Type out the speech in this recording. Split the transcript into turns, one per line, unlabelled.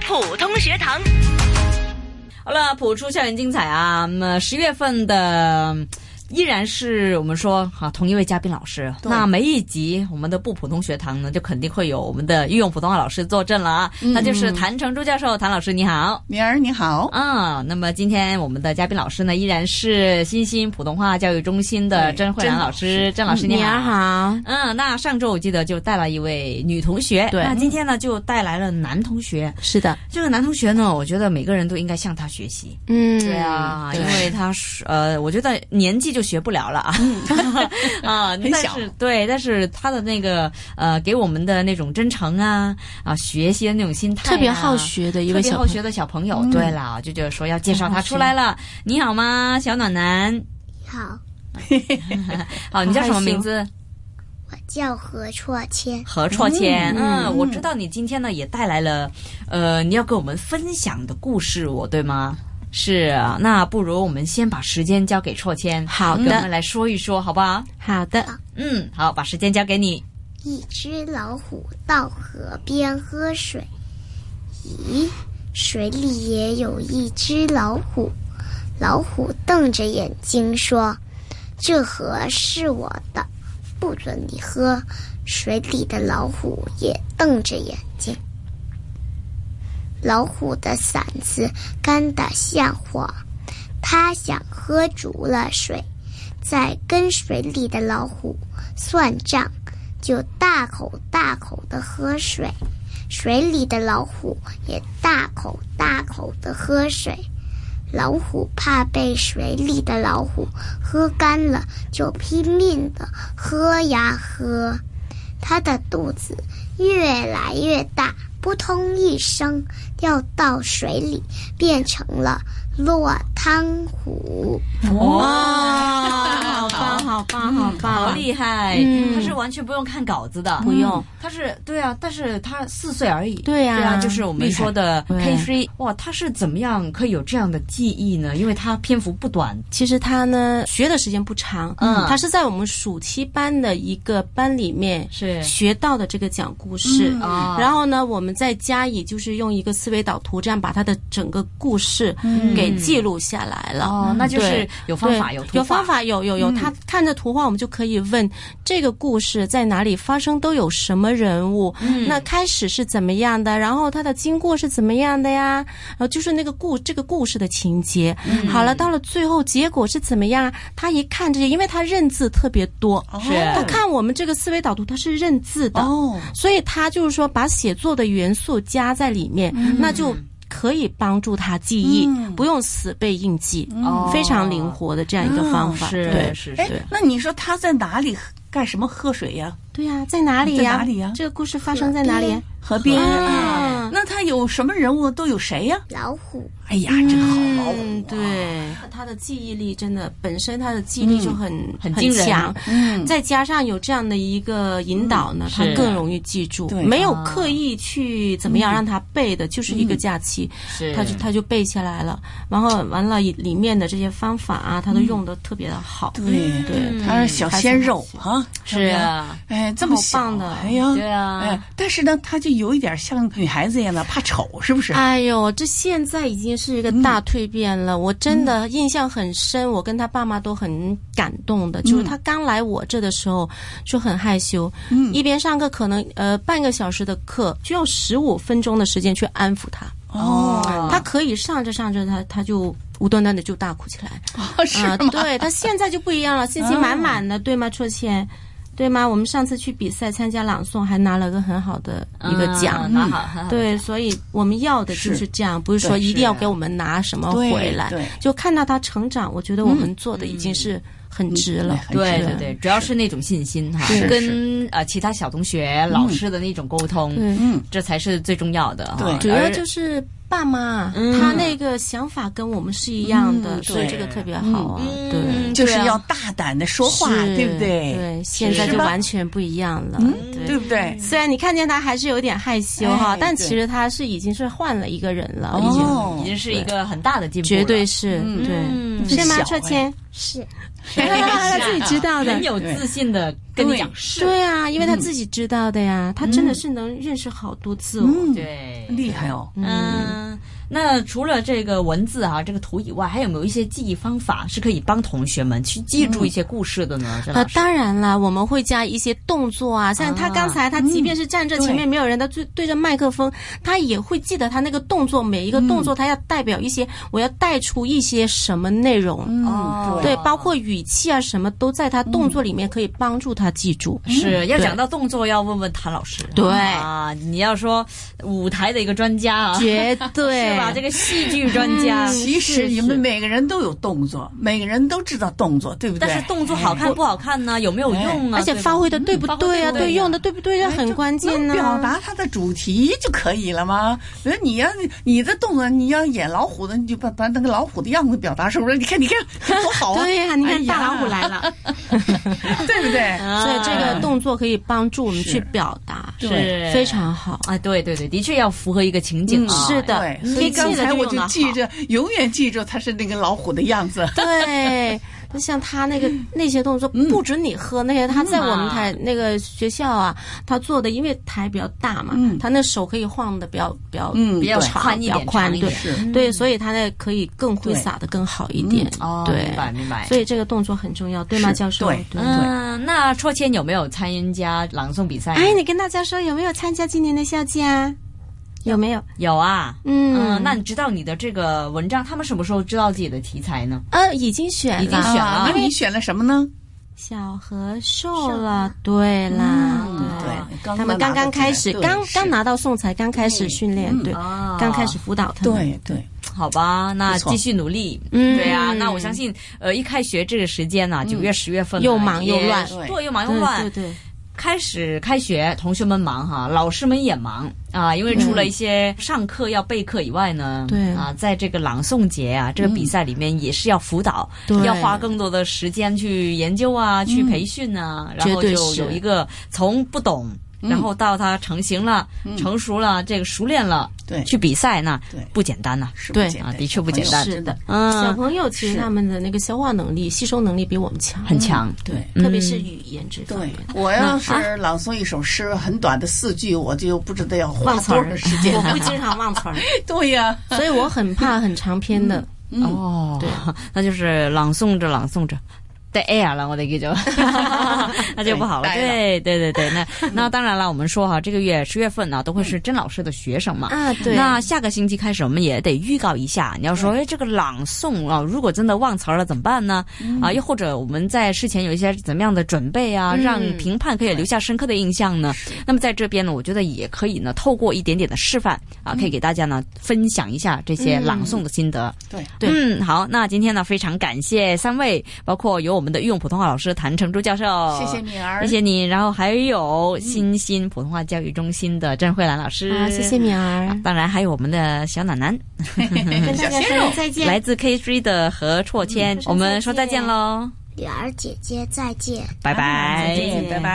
普通学堂。
好了，普出校园精彩啊！那、么十月份的嗯依然是我们说哈、同一位嘉宾老师。那每一集我们的不普通学堂呢，就肯定会有我们的御用普通话老师坐镇了啊。那就是谭成珠教授，谭老师你好
明儿你好，
啊。那么今天我们的嘉宾老师呢，依然是新兴普通话教育中心的
对
甄慧兰老师，甄老师你
女儿好，
嗯，那上周我记得就带了一位女同学，
对
那今天呢就带来了男同学。
是的，
这个男同学呢，我觉得每个人都应该向他学习。
嗯，
对啊，
对
因为他是呃，我觉得年纪就学不了了啊， 啊，
很小
但是对，但是他的那个呃，给我们的那种真诚啊啊，学习的那种心态啊、
特别好学的一
特
位
别
小
好
朋友，嗯
学的小朋友。对了，就就说要介绍他出来了。你好吗，小暖男？
好，
好，你叫什么
好害羞
名字？
我叫何绰谦。
何绰谦，嗯，
嗯
我知道你今天呢也带来了，呃，你要给我们分享的故事哦，我对吗？是啊，那不如我们先把时间交给绰谦，
好的
给我们来说一说，好不好？
好的，
嗯，好，把时间交给你。
一只老虎到河边喝水，咦，水里也有一只老虎。老虎瞪着眼睛说：“这河是我的，不准你喝。”水里的老虎也瞪着眼睛。老虎的嗓子干得像火，它想喝足了水，再跟水里的老虎算账。就大口大口的喝水，水里的老虎也大口大口的喝水。老虎怕被水里的老虎喝干了，就拼命的喝呀喝，它的肚子越来越大，扑通一声掉到水里，变成了落汤虎。
哦好棒，好棒，好
哦好
棒！
厉害！
嗯
他是完全不用看稿子的，
不用，
他是对啊，但是他四岁而已，
对啊
对啊，就是我们说的
厉
K
害
three，哇，他是怎么样可以有这样的记忆呢？因为他篇幅不短，
其实他呢学的时间不长，
嗯
他是在我们暑期班的一个班里面
是
学到的这个讲故
嗯
事，
嗯
啊
然后呢，我们再加以就是用一个思维导图，这样把他的整个故事给记录下来了。
哦，那就是
嗯对
有方法，
对
有图
有方法，有有有，他看着图画，我们就可以问这个故事在哪里发生，都有什么人物，
嗯
那开始是怎么样的，然后它的经过是怎么样的呀？然后就是那个故这个故事的情节。
嗯
好了，到了最后结果是怎么样？他一看这些，因为他认字特别多，
是
嗯
他看我们这个思维导图，他是认字的，
哦，
所以他就是说把写作的元素加在里面，那就。可以帮助他记忆，
嗯
不用死背硬记。
哦
非常灵活的这样一个方法。
是
对
是
哎
是，，
那你说他在哪里喝干什么喝水呀？
对呀、在哪里呀、
在哪里呀
这个故事发生在哪里？
河边
啊
那他有什么人物都有谁呀？
老虎
哎呀，真好老啊
嗯，
虎，
对，他的记忆力真的本身他的记忆力就很、
很
很
惊人
强，
嗯，
再加上有这样的一个引导呢，他
是
更容易记住
对，嗯
没有刻意去怎么样让他背的，就是一个假期，
是
他就他就背下来了，然后完了里面的这些方法啊，他都用的特别的好，
对
对，
嗯
嗯
他是小鲜肉啊，
是啊，
哎，这么
好
小
棒的
哎呀，
对啊
哎，但是呢，他就有一点像女孩子一样的，怕丑，是不是？
哎呦，这现在已经是一个大蜕变了，我真的印象很深，我跟他爸妈都很感动的。就是他刚来我这的时候就很害羞，一边上课可能呃半个小时的课，需要十五分钟的时间去安抚他。
哦，
他可以上着上着他他就无端端的就大哭起来
是
啊、
吗？
对他现在就不一样 了，信心满满的，对吗？戳谦。对吗？我们上次去比赛参加朗诵，还拿了个很好的一个奖，
嗯那好很好
对，所以我们要的就是是这样，不是说
对
一定
是
要给我们拿什么
对
回来
对，
就看到他成长，我觉得我们做的已经是很值了。
很
对
值
对
得
对，主要是那种信心哈
是，
跟呃其他小同学、老师的那种沟通，
对
嗯，
这才是最重要的哈。
对
主要就是是爸妈，
嗯
他那个想法跟我们是一样的，
嗯
所以
对
这个特别好啊。
嗯
对，
嗯就是要大胆的说话，
是
对不对？
对，现在
是嗯
就
吧
完全不一样了。
对不对？
虽然你看见他还是有点害羞哈
哎，
但其
对
实他是已经是换了一个人了，已经
哦
已经是一个很大的进步了，
绝对是对，
嗯
是吗
小？
秋
哎
千，
是
他自己知道的
很。有自信的跟你讲是，
对啊，因为
嗯
他自己知道的呀，他真的是能认识好多字哦。
嗯，
对
厉害哦。
嗯，那除了这个文字啊，这个图以外，还有没有一些记忆方法是可以帮同学们去记住一些故事的
嗯
呢？郑
呃
老，师
当然啦，我们会加一些动作啊，像他刚才，他即便是
嗯
站着前面没有人，他对对着麦克风，他也会记得他那个动作，每一个动
嗯
作他要代表一些，我要带出一些什么内
嗯
容，
哦
对，包括语气啊，什么都在他动作里面可以帮助他记住。
嗯
是要
对
讲到动作，要问问谭老师。
对
啊，你要说舞台的一个专家啊，
绝对嗯
是吧？这个戏剧专家，
其实你
是
们每个人都有动作，每个人都知道动作，对不对？哎
但是动作好看不好看呢？有没有用啊？
而且
对吧
发挥的对不对啊？
发挥得对不对
对用的对不对啊？很关键呢
哎能。表达它的主题就可以了吗？比如你要你的动作，你要演老虎的，你就把把那个老虎的样子表达出来。你看，你看，多好啊！
对呀，你
哎
看
呀
大老虎来了，
对不对？
所以这个动作可以帮助我们
是
去表达，
是
非常好。
啊，对对对，的确要符合一个情景啊。
是的
对，
嗯
所以刚
记得
才
就
我
用
就
得
记
好
着，永远记住它是那个老虎的样子。
对，那像他那个那些动作不准你喝，那个他在我们台那个学校啊，他做的，因为台比较大嘛，他那手可以晃的比较比较
嗯
比较
对
长
宽一
比
点
较宽
长一，
对
点
对，所以他那可以更挥洒的更好一点
哦，，
对
明，白明白。
所以这个动作很重要，对吗，
是
教授？
对
嗯，那戳谦有没有参加朗诵比赛？
哎，你跟大家说有没有参加今年的校季啊？有没有？
有啊。
嗯，
嗯，那你知道你的这个文章，他们什么时候知道自己的题材呢？
呃，已经选了，
已经选了
啊那你选了什么呢？
小和瘦了，对啦，
嗯对
对，
刚
他们刚
拿
刚
到
开始
进来，对
刚
是
刚拿到送才刚开始训练，对，
啊
刚开始辅导他们，
对对，
好吧，那
不错
继续努力。
嗯
对啊，那我相信，呃，一开学这个时间呢，九月、十月份呢啊
又忙又
也
乱
对，又忙又
对
乱。
对对，
开始开学，同学们忙哈，老师们也忙啊，因为除了一些上课要备课以外呢，
嗯对
啊，在这个朗诵节啊，这个比赛里面也是要辅导，
对嗯
要花更多的时间去研究啊，去培训啊，然后
绝对
就是有一个从不懂。然后到他成型了、
嗯
成熟了，这个熟练了，
对
去比赛呢，
对
不简单呐、
是
对
不简
啊
单，
的确不简单
小朋友
是的。小
嗯，
朋友其实他们的那个消化能力、吸收能力比我们强，
很强，
对。
特别是语言这方
对
面。，
我要是朗诵一首诗，很短的四句，我就不知道要花
忘词
多
儿
少时 间。
我会经常忘词儿， 嗯
对呀，
所以我很怕很长篇的。
哦，对，那就是朗诵着朗诵着。对 air 了，我得给就， 那就不好了。对
对
对对对，那那当然了，我们说哈，这个月十月份呢、都会是甄老师的学生嘛。
啊对
那下个星期开始，我们也得预告一下。你要说，哎，这个朗诵啊，如果真的忘词儿了怎么办呢？啊，又或者我们在事前有一些怎么样的准备啊，
嗯
让评判可以留下深刻的印象呢？那么在这边呢，我觉得也可以呢，透过一点点的示范啊，可以给大家呢分享一下这些朗诵的心得。
对，
对
嗯，好，那今天呢，非常感谢三位，包括有我们的御用普通话老师谭成珠教授，
谢谢敏儿，
谢谢你，然后还有新兴普通话教育中心的郑慧兰老师，
啊，谢谢敏儿，
当然还有我们的小暖男，
跟大家说再见。
来自 K Three 的何
嗯
绰谦，我们说再见喽，
女儿姐姐再见。
拜拜，
啊再见拜拜。